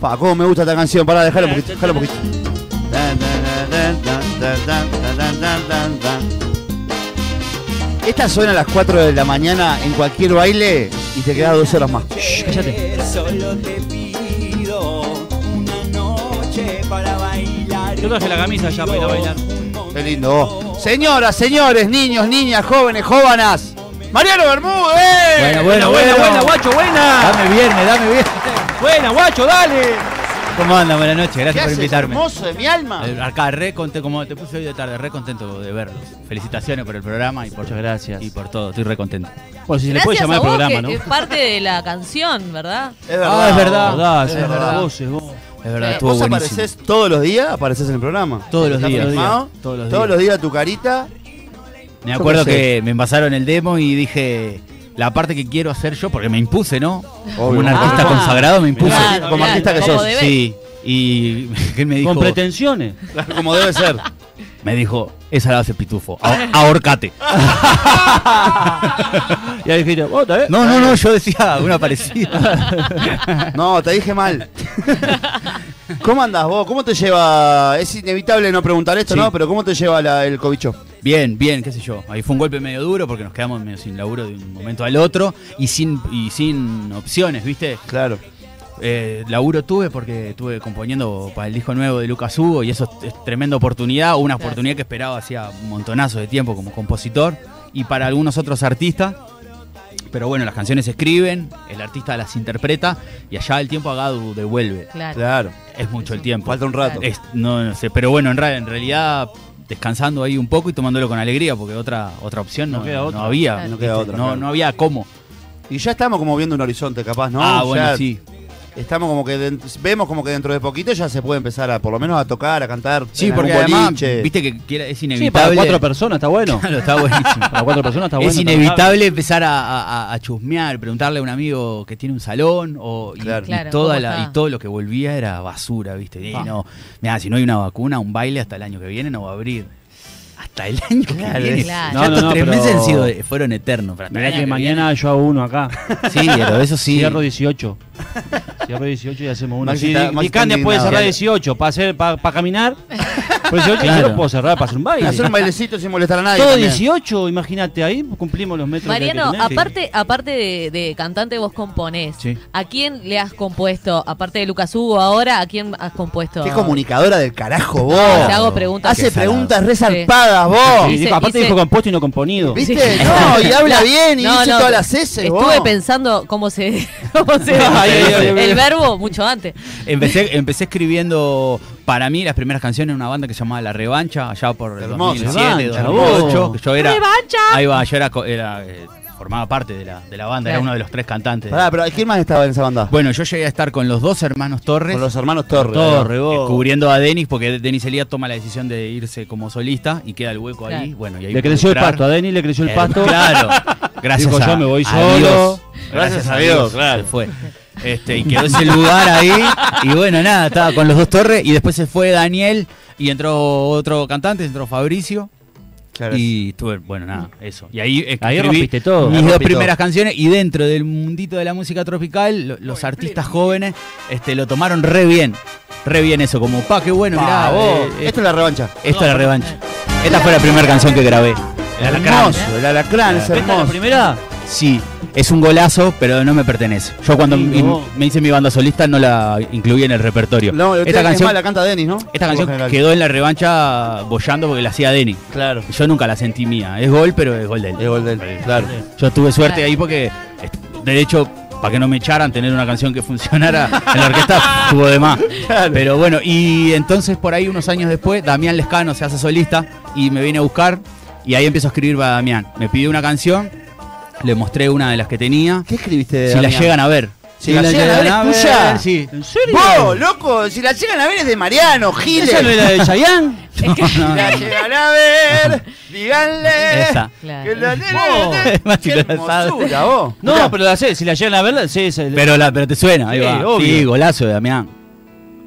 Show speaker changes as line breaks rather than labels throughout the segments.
Pa, cómo me gusta esta canción. Pará, dejala un poquito, dejala un poquito. Esta suena a las 4 de la mañana en cualquier baile y te queda dos horas más.
Shh, cállate.
Solo te pido una noche para bailar.
Yo traje la camisa ya para ir a bailar.
Qué lindo vos. Señoras, señores, niños, niñas, jóvenes, jóvenes. Mariano Bermúdez.
Buena, buena, buena, buena, guacho, buena.
Dame viernes, dame viernes.
Buena, guacho, dale.
¿Cómo andan? Buenas noches,
¿Qué
gracias por
haces,
invitarme.
hermoso de mi alma?
Eh, Acá re contento, como te puse hoy de tarde, re contento de verlos. Felicitaciones por el programa y por,
Muchas gracias.
y por todo, estoy re contento.
Bueno, si se le
Gracias
puede llamar
a
al
vos,
programa,
que
¿no?
es parte de la canción, ¿verdad?
Es
Ah, es verdad.
Verdad,
Es
sí,
verdad.
verdad. Voces, vos.
Es verdad,
Eh,
estuvo
¿Vos
buenísimo.
apareces todos los días? ¿Apareces en el programa?
Todos los
¿Está
días.
filmado?
Todos los
Todos
días.
los días tu carita.
Me acuerdo
Yo qué sé.
que me pasaron el demo y dije la parte que quiero hacer yo, porque me impuse, ¿no? Como un
Obvio.
artista
Ah.
consagrado me impuse.
Claro, como artista que
como
sos,
debe.
Sí. Y él me dijo,
Con pretensiones.
Como debe ser.
me dijo, esa la hace pitufo, ah- ahorcate.
Y ahí dijiste, vos también.
No, no, no, yo decía una parecida.
No, te dije mal. ¿Cómo andás vos? ¿Cómo te lleva? Es inevitable no preguntar esto,
Sí.
¿no? Pero ¿cómo te lleva la- el cobicho?
Bien, bien, qué sé yo. Ahí fue un golpe medio duro porque nos quedamos medio sin laburo de un momento al otro y sin, y sin opciones, ¿viste?
Claro.
Eh, laburo tuve porque estuve componiendo para el disco nuevo de Lucas Hugo y eso es, es tremenda oportunidad, una
Claro.
oportunidad que esperaba hacía un montonazo de tiempo como compositor y para algunos otros artistas. Pero bueno, las canciones se escriben, el artista las interpreta y allá el tiempo Agadu devuelve.
Claro.
Claro.
Es mucho el tiempo.
Falta un rato.
Es- no, no sé, pero bueno, en, ra- en realidad descansando ahí un poco y tomándolo con alegría porque otra otra opción no,
No queda
no
otra.
había.
Claro.
No queda
¿viste?
otra,
No,
claro.
no había cómo.
Y ya estamos como viendo un horizonte, capaz, ¿no?
ah,
Ya
bueno, sí.
Estamos como que dent- vemos como que dentro de poquito ya se puede empezar a, por lo menos a tocar, a cantar.
Sí,
en
porque
algún
además,
boliche.
viste que quiera- es
Sí,
inevitable.
para cuatro personas está bueno.
Claro, está buenísimo.
Para cuatro personas está bueno.
es inevitable empezar a, a- a- a chusmear, preguntarle a un amigo que tiene un salón o, y,
Claro.
y
Claro,
toda
¿cómo
la-
está?
y todo lo que volvía era basura, ¿viste? Y
Ah.
no, mirá, si no hay una vacuna, un baile hasta el año que viene no va a abrir. Hasta el año que viene.
claro.
Ya
No, no,
estos
no,
tres
pero-
meses han sido, fueron eternos. pero hasta el
Mirá
año
que
que
mañana yo hago uno acá.
viene- Sí, pero eso sí.
Cierro 18. Cierro 18 y hacemos uno.
Maxi
Sí,
está-
Di-
Maxi está
Dicandia puede
indignado.
cerrar 18 para hacer para caminar. Pero 18
Claro.
yo lo puedo cerrar para hacer un baile.
Hacer un bailecito sin molestar a nadie.
Todo
Ah, también.
18, imagínate, ahí cumplimos los metros. que hay que
Mariano,
tener.
aparte, aparte de, de cantante vos componés.
Sí.
¿A quién le has compuesto? Aparte de Lucas Hugo ahora, ¿a quién has compuesto?
Qué comunicadora del carajo, vos.
Te hago preguntas.
Hace
Qué salado.
preguntas
Sí.
resarpadas, vos.
Sí,
Hice-
dijo- aparte
hice-
dijo compuesto y no componido.
¿Viste? No, y habla bien y dice todas las S.
Estuve
vos.
pensando cómo se, cómo se
Ay, ay, ay, ay.
el verbo mucho antes.
Empecé, empecé escribiendo para mí las primeras canciones en una banda que se llamaba La Revancha, allá por el
Hermoso,
2007,
Revancha, oh.
2008.
vos.
que Yo era,
¡Revancha!
Ahí va, yo era, co- era, eh, formaba parte de la, de la banda, era
Claro.
uno de los tres cantantes.
Pará, pero ¿quién más estaba en esa banda?
Bueno, yo llegué a estar con los dos hermanos Torres,
Con los hermanos Torres.
Torre,
eh,
vos.
cubriendo a Denis, porque Denis Elías toma la decisión de irse como solista y queda el hueco ahí.
Claro.
Bueno, y ahí
Le creció el
involucrar-
pasto, a Denny le creció el
Eh,
pasto.
Claro. Gracias
Dijo,
a
yo me voy
a
solo.
Dios.
Gracias
Gracias,
a
a
Dios,
Dios,
claro.
se fue. Este, y quedó ese lugar ahí. Y bueno, nada, estaba con los dos torres. Y después se fue Daniel. Y entró otro cantante, entró Fabricio.
Claro.
Y estuve, bueno, nada, eso. Y ahí,
Ahí
escribí
rompiste todo.
Mis
Ahí
dos
rompí
primeras canciones. Y dentro del mundito de la música tropical, lo- los artistas jóvenes este, lo tomaron re bien. Re bien eso, como, pa, qué bueno, mirá,
Pa, vos.
eh, eh,
Esto es la revancha.
esto es la revancha. Esta fue la primera canción que grabé. El alacrán.
hermoso, el alacrán es
¿Esta es la
hermoso.
primera?
Sí, es un golazo, pero no me pertenece. Yo cuando
Lindo,
in-
vos.
me hice mi banda solista no la incluí en el repertorio.
No,
esta
más
canción,
la canta Denis, ¿no?
esta
Por
canción
general.
quedó en la revancha bollando porque la hacía Denny.
Claro.
Yo nunca la sentí mía. Es gol, pero es gol de él.
Es gol de él, claro.
Yo tuve suerte ahí porque, est- de hecho, para que no me echaran, tener una canción que funcionara en la orquesta estuvo de más. Pero bueno, y entonces por ahí unos años después, Damián Lescano se hace solista y me viene a buscar y ahí empiezo a escribir para Damián. Me pidió una canción, le mostré una de las que tenía.
¿Qué escribiste de
Si la
Damián?
llegan a ver.
Si la llegan a ver, ¿es tuya?
sí.
¿En serio?
¡Vos, loco! Si la llegan a ver es de Mariano, Giles.
¿Esa no era de Chayanne?
No, no,
Si la llegan a ver, díganle.
Esa.
Claro.
Que la
Más si
¡Qué
la sabe.
hermosura, vos!
No, pero la sé, si la llegan a ver, la sé. esa-
Pero, la, pero te suena, ahí
Sí,
va.
obvio.
Sí, golazo de Damián.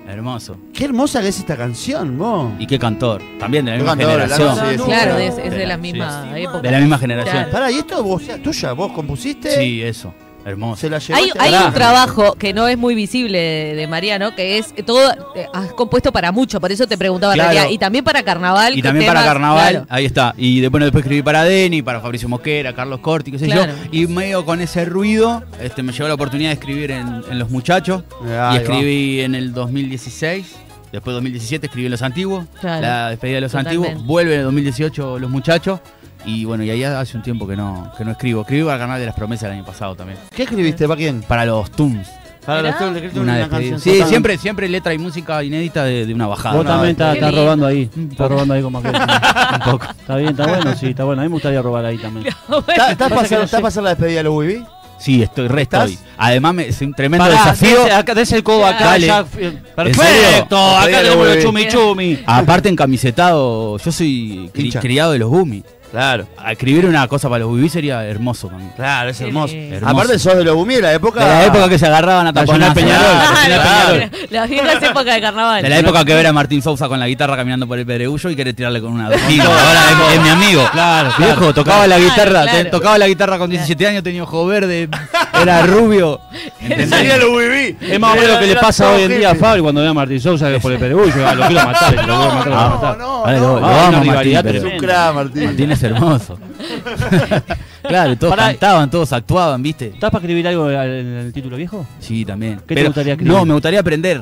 Hermoso.
Qué hermosa que es esta canción, vos.
Y qué cantor. También de la
Qué
misma
cantor,
generación.
Lalo, sí, sí.
Claro, es, es de
Sí,
la
sí.
misma época.
De la misma generación.
Claro.
Pará, ¿y esto vos, o sea, tuya? ¿Vos compusiste?
Sí, eso. Hermoso.
Se la llevó.
Hay,
este-
hay un
Pará.
trabajo que no es muy visible de, de Mariano, que es todo, eh, has compuesto para mucho, por eso te preguntaba en
Claro.
realidad. Y también para carnaval.
Y
que
también para
temas-
carnaval,
claro.
ahí está. Y de- bueno, después escribí para Denny, para Fabricio Mosquera, Carlos Corti, qué sé
Claro.
yo. Y medio con ese ruido, este, me llegó la oportunidad de escribir en, en Los Muchachos.
Ahí
y
va.
escribí en el 2016. Después 2017 escribí en Los Antiguos.
Claro.
La despedida de Los
Totalmente.
Antiguos. Vuelve en el 2018 Los Muchachos. Y bueno, y ahí hace un tiempo que no, que no escribo. Escribí para el canal de las promesas el año pasado también.
¿Qué escribiste? ¿Para quién?
Para los Toons.
Para los
Mirá.
Stones, le escribiste
Una
una,
despedida.
canción.
Sí,
totalmente-
siempre, siempre letra y música inédita de, de una bajada.
Vos
Una-
también estás
Qué
estás
lindo.
robando ahí. Estás robando ahí como aquel. Un poco. Está bien, está bueno, sí, está bueno. A mí me gustaría robar ahí también.
¿Estás estás
Pasa
para
que
hacer-
no
estás
sé.
para hacer la despedida de los Wibi?
Sí, estoy, re
¿Estás?
estoy. Además, me, es un tremendo
Pará,
desafío.
dese- acá- dese el codo acá.
Dale.
ya, eh, perfecto.
serio?
Acá
Despedida de
tenemos los
Bowie.
chumi chumi.
Aparte, encamisetado, yo soy cri-
Hincha.
criado de los Gumi.
Claro.
A Escribir una cosa para los Gumi sería hermoso para mí.
Claro, es
Qué
hermoso.
lindo.
Hermoso.
Aparte sos de los Gumi de la época.
De la época que se agarraban a taponar
Nacional Peñarol,
Claro, las viejas épocas de carnaval.
De la época que ver a Martín Sousa con la guitarra caminando por el pedregullo y quiere tirarle con una dojita. Ahora es, es mi amigo. Claro, Viejo, tocaba la
Claro,
guitarra,
claro.
te- tocaba la guitarra con 17 años, tenía ojo verde, era rubio.
Salía
¿entendés?
los Wibi.
Es más o menos lo que le pasa hoy en día a Fabri cuando ve a Martín Sousa que por el Perugullo. ah, Lo quiero matar, lo quiero matar, lo quiero matar.
No,
Ahora
no, no.
lo- lo amo,
Ah, una
a Martín,
rivalidad
pero-
Es un crack, Martín.
Martín es hermoso. claro, todos
Pará.
cantaban, todos actuaban, ¿viste?
¿Estás para escribir algo al- en el título viejo?
Sí, también.
¿Qué te gustaría escribir?
No, me gustaría aprender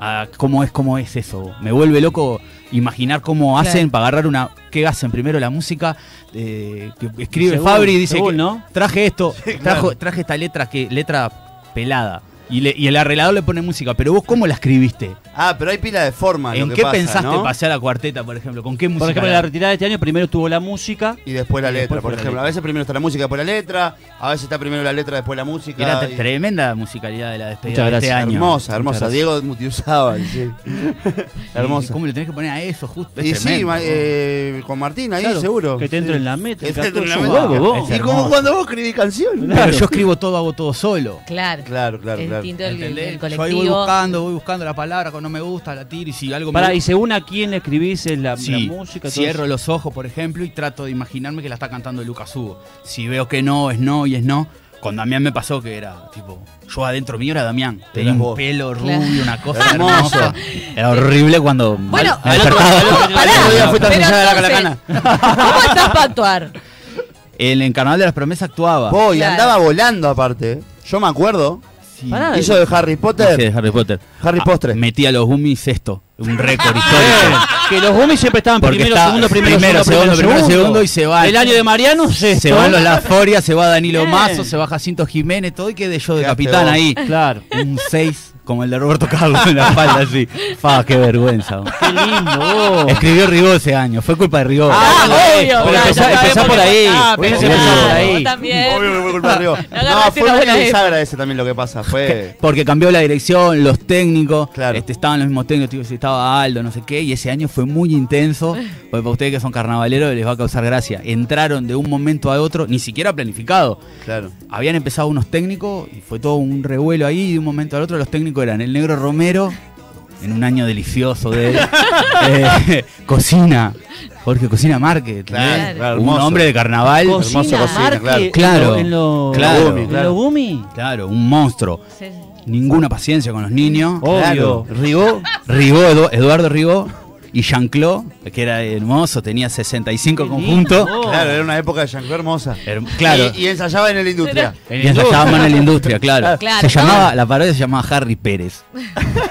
a cómo es, cómo es eso. Me vuelve loco imaginar cómo
Claro.
hacen para agarrar una. ¿Qué hacen? Primero la música. eh, que escribe
Según,
Fabri y dice
según,
que
¿no?
traje esto, trajo- traje esta letra que letra pelada. Y, le- y el arreglador le pone música, pero vos cómo la escribiste?
Ah, pero hay pila de formas. lo
¿En
que
qué
pasa,
pensaste
¿no?
pasear la cuarteta, por ejemplo? ¿Con qué música?
Por ejemplo,
la-
la retirada de este año primero estuvo la música.
Y después la
Y
letra,
después
por
la
ejemplo.
letra.
A veces primero está la música, después la letra. A veces está primero la letra, después la música.
Era
y-
tremenda musicalidad de la despedida
Muchas
de este
gracias.
año.
Hermosa,
Muchas
hermosa.
gracias.
Diego Mutiusábal, sí. hermosa.
¿Cómo le tenés que poner a eso justo? Es
Y sí,
tremendo,
ma-
¿no?
eh, con Martín ahí,
Claro,
seguro.
Que te entre
Sí.
en la meta.
Que te entre en la
sos
meta.
huevo, vos.
Es
Y como
hermoso.
cuando vos escribís canciones.
Pero yo escribo todo, hago todo solo.
Claro,
Claro, claro,
es
claro.
distinto el, el
¿entendés? Yo
colectivo.
ahí voy buscando, voy buscando la palabra, cuando no me gusta, la tiro y si algo
Para,
me
y
gusta.
según a quién le escribís es la,
Sí,
la música. todo
cierro
eso.
los ojos, por ejemplo, y trato de imaginarme que la está cantando Lucas Hugo. Si veo que no, es no y es no. Con Damián me pasó que era tipo, yo adentro mío era Damián. Tenía
Eras
un
vos.
pelo rubio,
Claro.
una cosa
Hermoso.
hermosa. Era horrible cuando.
Bueno,
me
al otro-
despertaba.
al otro-
El
pará,
otro día fui tan
pero
sellada de la
entonces,
calacana.
¿Cómo estás para actuar?
El encarnador de las promesas actuaba.
Voy,
Claro.
andaba volando aparte. ¿eh? Yo me acuerdo.
Sí.
Pará,
Hizo de Harry Potter.
Sí, de Harry Potter.
ah,
Harry Postre.
Metí a los gummies esto. Un récord
Eh,
histórico.
que los Gómez siempre estaban
Porque
primero,
está
segundo, primero,
primero,
segundo,
segundo, primero, segundo y se va.
El año de Mariano se
Se van los Laforia, se va Danilo
Bien.
Mazo, se va Jacinto Jiménez, todo y quedé yo de
Quedaste
capitán
vos.
ahí.
Claro.
Un 6 como el de Roberto Carlos en la espalda así. Fa, qué vergüenza.
Qué lindo, vos.
Escribió Rigó ese año, fue culpa de Rigó.
Ah,
obvio,
Pero
claro,
empezá,
ya sabemos
empezá por
que-
ahí.
Ah,
Hubiese
pero
empezado
claro,
por
vos
ahí.
también.
Obvio que fue culpa de Río. No,
agarraste
fue
una
una
buena
bisagra ese también lo que pasa. Fue.
porque cambió la dirección, los técnicos,
Claro.
este, estaban los mismos técnicos, tipo, si estaba Aldo, no sé qué, y ese año fue muy intenso, porque para ustedes que son carnavaleros les va a causar gracia. Entraron de un momento a otro, ni siquiera planificado.
Claro.
Habían empezado unos técnicos y fue todo un revuelo ahí. Y de un momento al otro, los técnicos eran el negro Romero, en un año delicioso de él, eh, Cocina, Jorge Cocina Márquez,
Claro,
¿entendés?
claro,
un
hermoso.
hombre de carnaval,
Cocina, Hermoso cocina, claro.
Marque, en
Claro,
lo- En los
claro.
Gumi, en los Gumi.
claro, un monstruo.
Sí, sí.
Ninguna paciencia con los niños.
Obvio.
Claro.
Rigó, Rigó, Edu- Eduardo Rigó y Jean-Claude, que era hermoso, tenía 65
Qué
conjuntos.
lindo.
Claro, era una época de Jean-Claude hermosa.
Herm- Claro.
Y, y ensayaba en la industria.
Y estaban en la industria, claro.
Claro,
se llamaba, la parodia se llamaba Harry Pérez.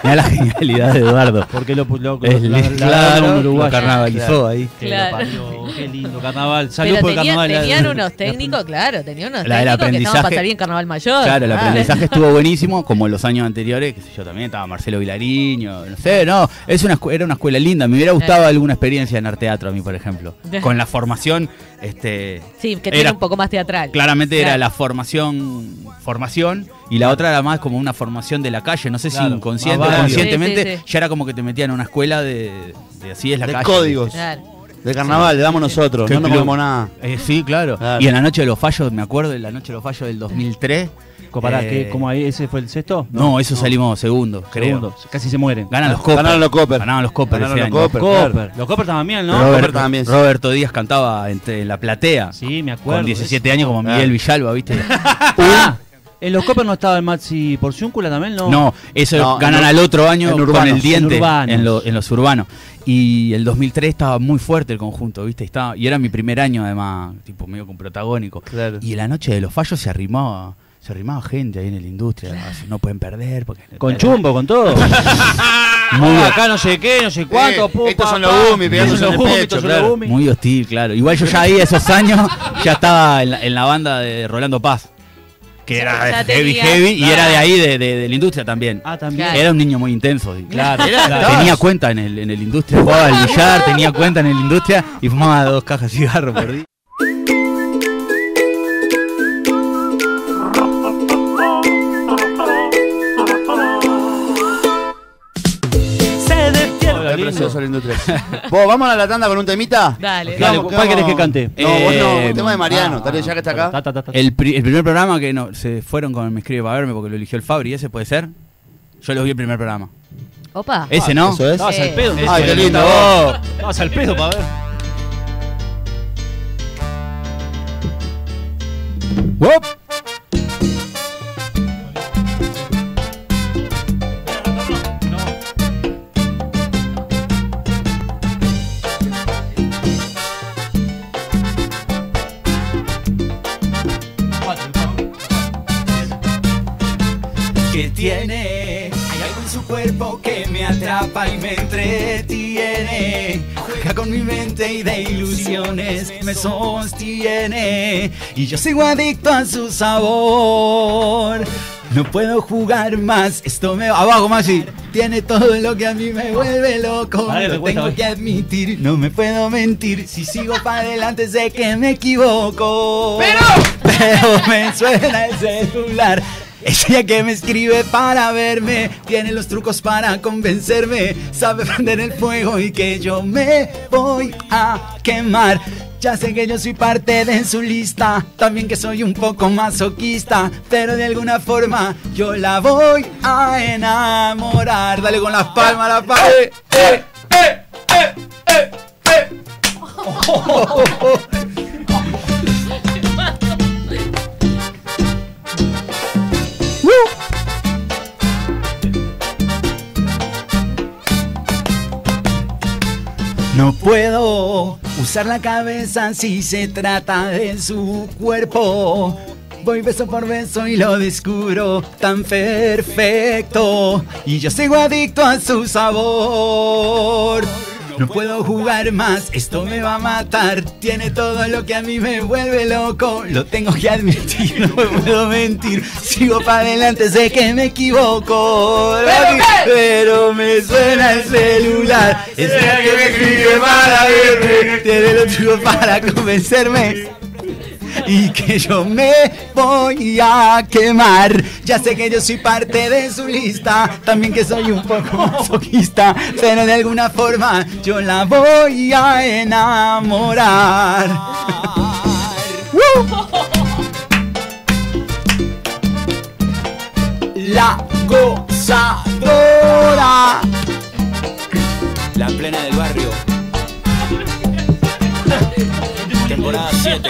Mirá la genialidad de Eduardo.
Porque lo, lo,
Es
la-
li-
la- la-
claro,
un
lo
uruguayo.
carnavalizó ahí.
Que
Claro.
lo parió, Qué lindo carnaval. Salió
Pero
por el
tenía-
carnaval. la-
tenían unos técnicos, claro, tenían unos
La del
técnicos que estaban para
aprendizaje.
salir en Carnaval Mayor.
Claro, el
Ah.
aprendizaje estuvo buenísimo, como los años anteriores, que sé yo también, estaba Marcelo Vilariño, no sé, no, es una, escu- era una escuela linda, me hubiera gustado alguna experiencia en arteatro a mí, por ejemplo, con la formación, este,
Sí, que tiene
era,
un poco más teatral.
claramente era
Claro.
la formación, formación, y la otra era más como una formación de la calle, no sé
Claro,
si inconsciente
más
o
barrio.
conscientemente,
Sí, sí, sí.
ya era como que te metían a una escuela de, de así es la
De
calle.
códigos.
Claro.
De carnaval, le damos nosotros.
Qué
No nos
club.
comemos nada.
Eh, sí, claro.
Claro.
Y en la noche de los fallos, me acuerdo, en la noche de los fallos del 2003.
Pará,
eh,
¿qué- ¿cómo ahí? ¿Ese fue el sexto?
No, eso salimos segundo, creo.
Segundo. Casi se mueren.
Ganan los Copper.
Ganaron los Copper.
Ganaron los Copper.
Ganaron
ese
los
año.
Copper.
Copper.
Ah, claro.
Los Copper estaban bien, ¿no?
Pero-
Roberto,
Copper también, sí.
Roberto Díaz cantaba entre, en la platea.
Sí, me acuerdo.
Con 17 años como
Claro.
Miguel Villalba, ¿viste?
Ah, En los Coppers no estaba el Maxi Porciúncula también, ¿no?
No, eso
No,
ganan
en ur-
al otro año
en
con
urbanos,
el diente
en
en,
urbanos.
lo- en los urbanos. Y el 2003 estaba muy fuerte el conjunto, ¿viste? Estaba, y era mi primer año, además, tipo medio con protagónico.
Claro.
Y en la noche de los fallos se arrimaba, se arrimaba gente ahí en la industria. así, No pueden perder. Porque,
Con chumbo, con todo. Muy acá no sé qué, no sé cuánto.
Eh, estos son los gumi, pegándose
estos son
en el
los gumi,
pecho,
estos son
claro.
los gumi.
Muy hostil, claro. Igual yo ya ahí a esos años ya estaba en la, en la banda de Rolando Paz. Que
Ya-
era
ya
heavy,
tenía-
heavy. Y
Claro.
era de ahí, de, de- de la industria también.
Ah, también.
Claro.
Era un niño muy intenso. y
Claro, claro.
Tenía cuenta en el, en el industria, jugaba al billar, tenía cuenta en el industria y fumaba dos cajas de cigarro por día.
Se despierta.
Hola,
Qué
lindo.
precioso la industria. Vos, vamos a la tanda con un temita.
Dale,
Dale,
Vamos,
¿Cuál
que
querés
vamos.
que cante?
No, vos no,
Eh,
el tema de Mariano,
Ah,
tal vez ya que está acá.
ta, ta, ta, ta.
El, pri- el primer programa que no, se fueron con Me escribe para verme porque lo eligió el Fabri, ¿ese puede ser? Yo lo vi el primer programa.
Opa.
Ese no.
Eso es.
Estabas
Sí.
al pedo.
Ay,
entonces,
qué
¿no?
lindo.
Estabas al pedo para ver.
Wop.
que tiene. Hay algo en su cuerpo que me atrapa y me entretiene. Juega con mi mente y de ilusiones me sostiene. Y yo sigo adicto a su sabor. No puedo jugar más, esto me abajo más y tiene todo lo que a mí me vuelve loco.
Dale,
Lo
recuesta,
tengo
vale.
que admitir, no me puedo mentir. Si sigo para adelante sé que me equivoco. Pero me suena el celular. Ella que me escribe para verme, tiene los trucos para convencerme, sabe prender el fuego y que yo me voy a quemar. Ya sé que yo soy parte de su lista, también que soy un poco masoquista, pero de alguna forma yo la voy a enamorar. Dale con las palmas, la palma. No puedo usar la cabeza si se trata de su cuerpo. Voy beso por beso y lo descubro tan perfecto. Y yo sigo adicto a su sabor. No puedo jugar más, esto me va a matar. Tiene todo lo que a mí me vuelve loco. Lo tengo que admitir, no me puedo mentir. Sigo para adelante, sé que me equivoco. Pero me suena el celular. Es la que me escribe para verme. Tiene lo tuyo para convencerme y que yo me voy a quemar. Ya sé que yo soy parte de su lista, también que soy un poco masoquista, pero de alguna forma yo la voy a enamorar. La gozadora. La plena del barrio. Temporada 7.